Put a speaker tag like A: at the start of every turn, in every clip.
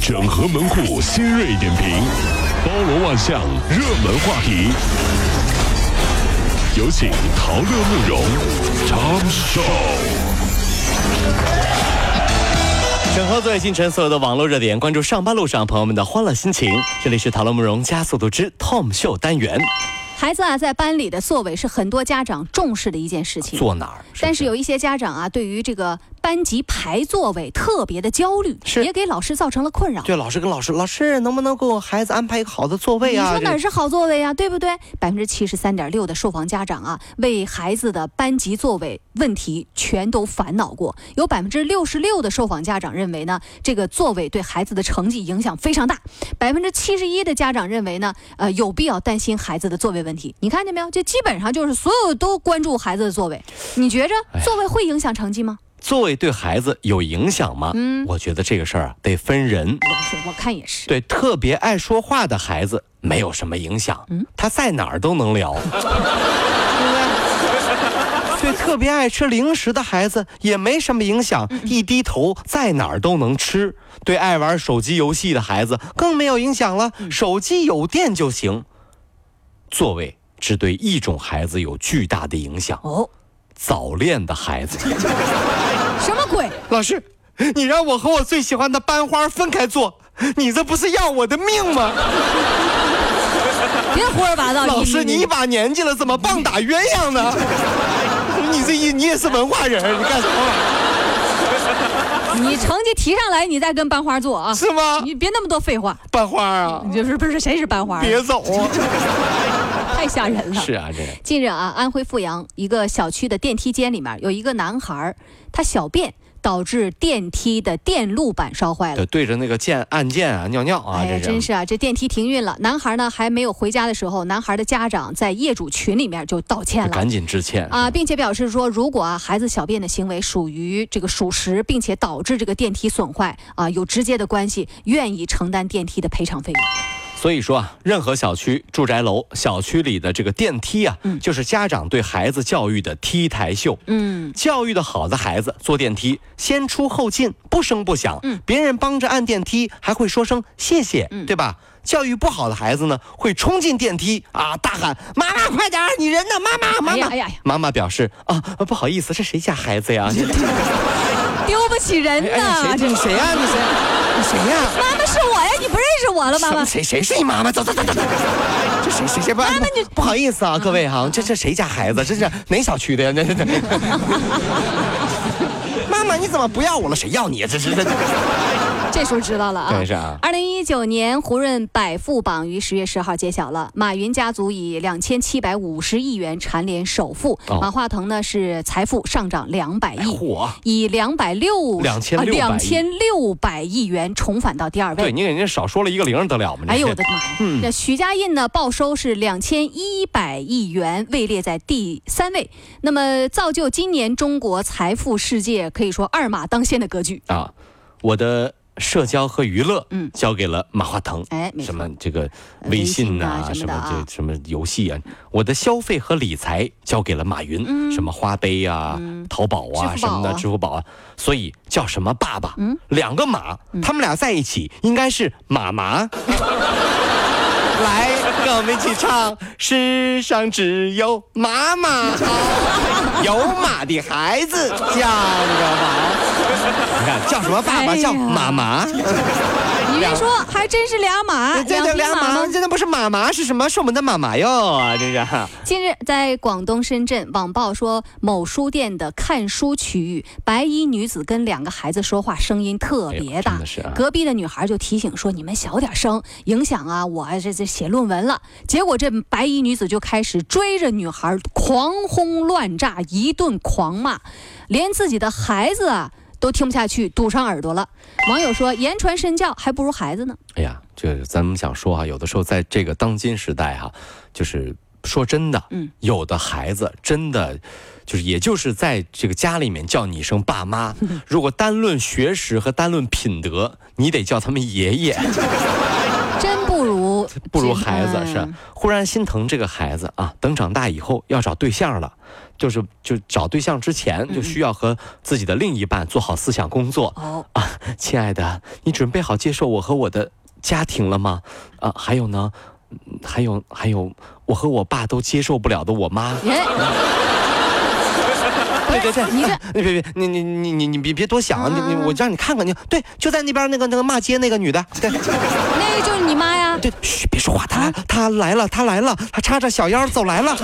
A: 整合门户新锐点评，包罗万象，热门话题。有请陶乐慕容长寿。
B: 整合最新陈所有的网络热点，关注上班路上朋友们的欢乐心情。这里是塔罗慕容加速度之 Tom 秀单元，
C: 孩子啊，在班里的座位是很多家长重视的一件事情。
B: 坐哪儿？
C: 但是有一些家长啊，对于这个班级排座位特别的焦虑，
D: 是
C: 也给老师造成了困扰。
D: 对，老师跟老师，老师能不能给我孩子安排一个好的座位啊？
C: 你说哪
D: 这
C: 是好座位啊，对不对？百分之七十三点六的受访家长啊，为孩子的班级座位问题全都烦恼过。有百分之六十六的受访家长认为呢，这个座位对孩子的成绩影响非常大。百分之七十一的家长认为呢，呃，有必要担心孩子的座位问题。你看见没有？这基本上就是所有都关注孩子的座位。你觉着
D: 哎
C: 座位会影响成绩吗？
B: 座位对孩子有影响吗？
C: 嗯
B: 我觉得这个事儿啊得分人。
C: 我看也是。
B: 对特别爱说话的孩子没有什么影响，
C: 嗯
B: 他在哪儿都能 聊。
D: 对特别爱吃零食的孩子也没什么影响，一低头在哪儿都能吃。
B: 对爱玩手机游戏的孩子
D: 更没有影响了，
B: 手机有电就行。座位只对一种孩子有巨大的影响，
C: 哦，
B: 早恋的孩子。
C: 什么鬼？
D: 老师，你让我和我最喜欢的班花分开坐，你这不是要我的命吗？
C: 别胡说八
B: 哦
C: 道！
D: 老师，你一
C: 你
D: 把年纪了，怎么棒打鸳鸯呢？ 你这一你也是文化人，你干什么玩意
B: 哦
D: 儿？
C: 你成绩提上来，你再跟班花做啊。
D: 是吗？
C: 你别那么多废话，
D: 班花啊，
C: 你这是不是谁是班花啊？
D: 别走啊！
C: 太吓人了。
B: 是啊，这
C: 近日啊，安徽阜阳一个小区的电梯间里面有一个男孩儿，他小便导致电梯的电路板烧坏了
B: 对。对着那个键按键啊尿尿啊，
C: 哎呀，
B: 这
C: 真是啊！这电梯停运了，男孩呢还没有回家的时候，男孩的家长在业主群里面就道歉了。
B: 赶紧致歉
C: 啊，！并且表示说，如果啊孩子小便的行为属于这个属实，并且导致这个电梯损坏啊有直接的关系，愿意承担电梯的赔偿费用。
B: 所以说啊，任何小区、住宅楼、小区里的这个电梯啊，
C: 嗯
B: 就是家长对孩子教育的 T 台秀。
C: 嗯，
B: 教育的好的孩子坐电梯，
D: 先出后进，不声不响。
C: 嗯
D: 别人帮着按电梯，还会说声谢谢，
C: 嗯
D: 对吧？教育不好的孩子呢，会冲进电梯啊，大喊：“妈妈，快点儿，你人呢？妈妈，妈
C: 哎呀
D: 妈！”
C: 哎呀哎呀，
D: 妈妈表示：“啊，不好意思，是谁家孩子 呀？
C: 丢不起人
D: 哎
C: 呐！
D: 呀，谁
C: 这
D: 你谁呀？你 谁？你谁呀？
C: 妈妈是我呀，你不认识我了，妈
D: 什
C: 妈
D: 么？谁谁是你妈妈？走走走走走。”这谁谁谁不？
C: 妈妈你
D: 不好意思啊，各位哈、这这谁家孩子？这是哪小区的呀？这这这。妈妈，你怎么不要我了？谁要你呀？这是这。
C: 这时候知道了啊。
B: 真是啊。
C: 二零一九年胡润百富榜于十月十号揭晓了，马云家族以两千七百五十亿元蝉联首富，
B: 哦哎
C: 马化腾呢是财富上涨两百亿，
B: 嚯！
C: 以两百六啊
B: 2600亿
C: 两千六百亿元重返到第二
B: 对
C: 位。
B: 你嗯给人家少说了一个零得了吗？
C: 哎呦我的妈 呀！那许家印呢，报收是两千一百亿元，位列在第三位。那么造就今年中国财富世界可以说二马当先的格局。
B: 啊！我的社交和娱乐，
C: 嗯
B: 交给了马化腾。
C: 哎，没错
B: 什么这个
C: 呃
B: 微
C: 微
B: 信
C: 信
B: 呐、
C: 啊什
B: 什
C: 么的
B: 么
C: 啊
B: 这什么游戏啊，我的消费和理财交给了马云，
C: 嗯
B: 什么花呗啊、
C: 嗯
B: 淘宝啊
C: 支付宝啊
B: 什么的，支付宝啊，所以叫什么爸爸，
C: 嗯
B: 两个马，他们俩在一起应该是马麻。 来，让我们一起唱：世上只有妈 妈好，有马的孩子叫个
C: 哎
B: 毛。你看叫什么爸爸？
C: 哎呀
B: 叫妈妈。
C: 你别说，还真是俩 马，
D: 这
C: 匹
D: 俩
C: 马
D: 马，
C: 吗哎
D: 这那不是马麻是什么？是我们的马麻哟啊！这是。
C: 近日，在广东深圳，网曝说某书店的看书区域，白衣女子跟两个孩子说话，声音特别
B: 哎呦真
C: 大
B: 的是啊。
C: 隔壁的女孩就提醒说：“你们小点声，影响啊我这这写论文了。”结果这白衣女子就开始追着女孩狂轰乱炸，一顿狂骂，连自己的孩子啊都听不下去，堵上耳朵了。网友说：“言传身教还不如孩子呢。
B: 哎呀，这个咱们想说啊，有的时候在这个当今时代哈、就是说真的，
C: 嗯，
B: 有的孩子真的就是，也就是在这个家里面叫你一声爸 妈，如果单论学识和单论品德，你得叫他们爷爷。”
C: 真不如如
D: 不如孩子
C: 嗯
D: 是，忽然心疼这个孩子啊，等长大以后要找对象了，就是就找对象之前就需要和自己的另一半做好思想工作。
C: 哦，
D: 亲爱的，你准备好接受我和我的家庭了吗？啊，还有呢，嗯还有还有，我和我爸都接受不了的我妈。
C: 人
D: 对对对，
C: 哎你这
D: 你 别别，你你你你你别别多想，啊你你我让你看看你，对，就在那边那个那个骂街那个女的，对
C: 那个就是你妈呀，
D: 对，嘘，别说话，她她来了，她来了，她叉着小腰走来 了。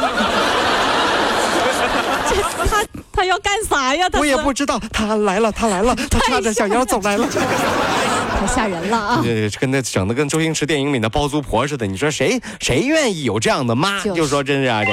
C: 她她要干啥呀？她
D: 我也不知道，他来了，他 来了，他叉着小腰走来了。
C: 太吓人了啊！
D: 这跟那整的跟周星驰电影里的包租婆似的，你说谁谁愿意有这样的妈？
C: 就是
D: 就说真是啊， 这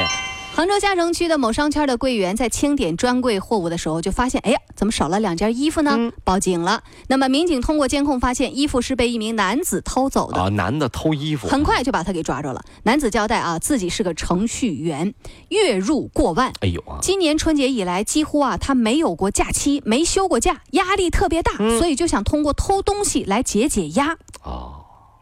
C: 杭州下城区的某商圈的柜员在清点专柜货物的时候，就发现，哎呀，怎么少了两件衣服呢？
D: 嗯
C: 报警了。那么民警通过监控发现，衣服是被一名男子偷走的。
D: 啊，男的偷衣服，
C: 很快就把他给抓住了。男子交代啊，自己是个程序员，月入过万。
D: 哎呦啊，
C: 今年春节以来，几乎啊他没有过假期，没休过假，压力特别大，
D: 嗯
C: 所以就想通过偷东西来解解压。
D: 哦，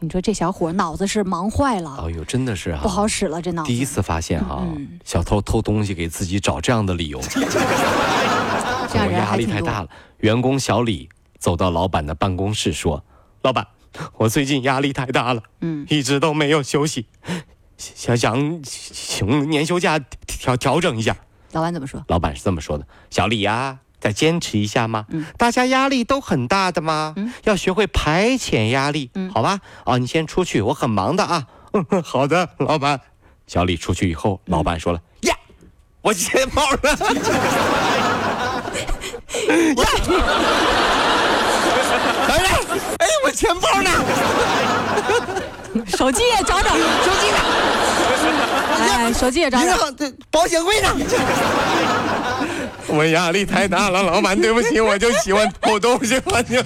C: 你说这小伙脑子是忙坏了，
D: 哎呦，真的是啊，
C: 不好使了，这脑子。
D: 第一次发现哈、小偷偷东西给自己找这样的理由，
C: 这样
D: 我
C: 人
D: 压
C: 还
D: 力
C: 挺
D: 太
C: 多。
D: 大了。员工小李走到老板的办公室说：“老板，我最近压力太大了，
C: 嗯，
D: 一直都没有休息，想想请年休假调调整一下。”
C: 老板怎么说？
D: 老板是这么说的：“小李呀、啊再坚持一下嘛，大家压力都很大的嘛，要学会排遣压力，好吧？啊，你先出去，我很忙的啊。 嗯，好的，老板。小李出去以后，老板说了：“呀，我钱包 呢？呀，哎呀，哎，我钱包呢？
C: 手机也找找，
D: 手机 呢？
C: 哎，手机也找
D: 银
C: 找。
D: 行这保险柜呢？”我压力太大了，老板，对不起，我就喜欢偷东西，我就。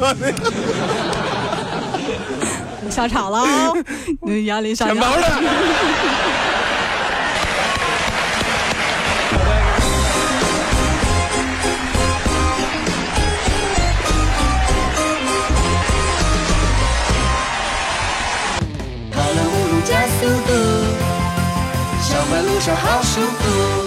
C: 上场了 哦，你压力上场。
D: 了。
E: 跑了五路加速度，上班路上好舒服。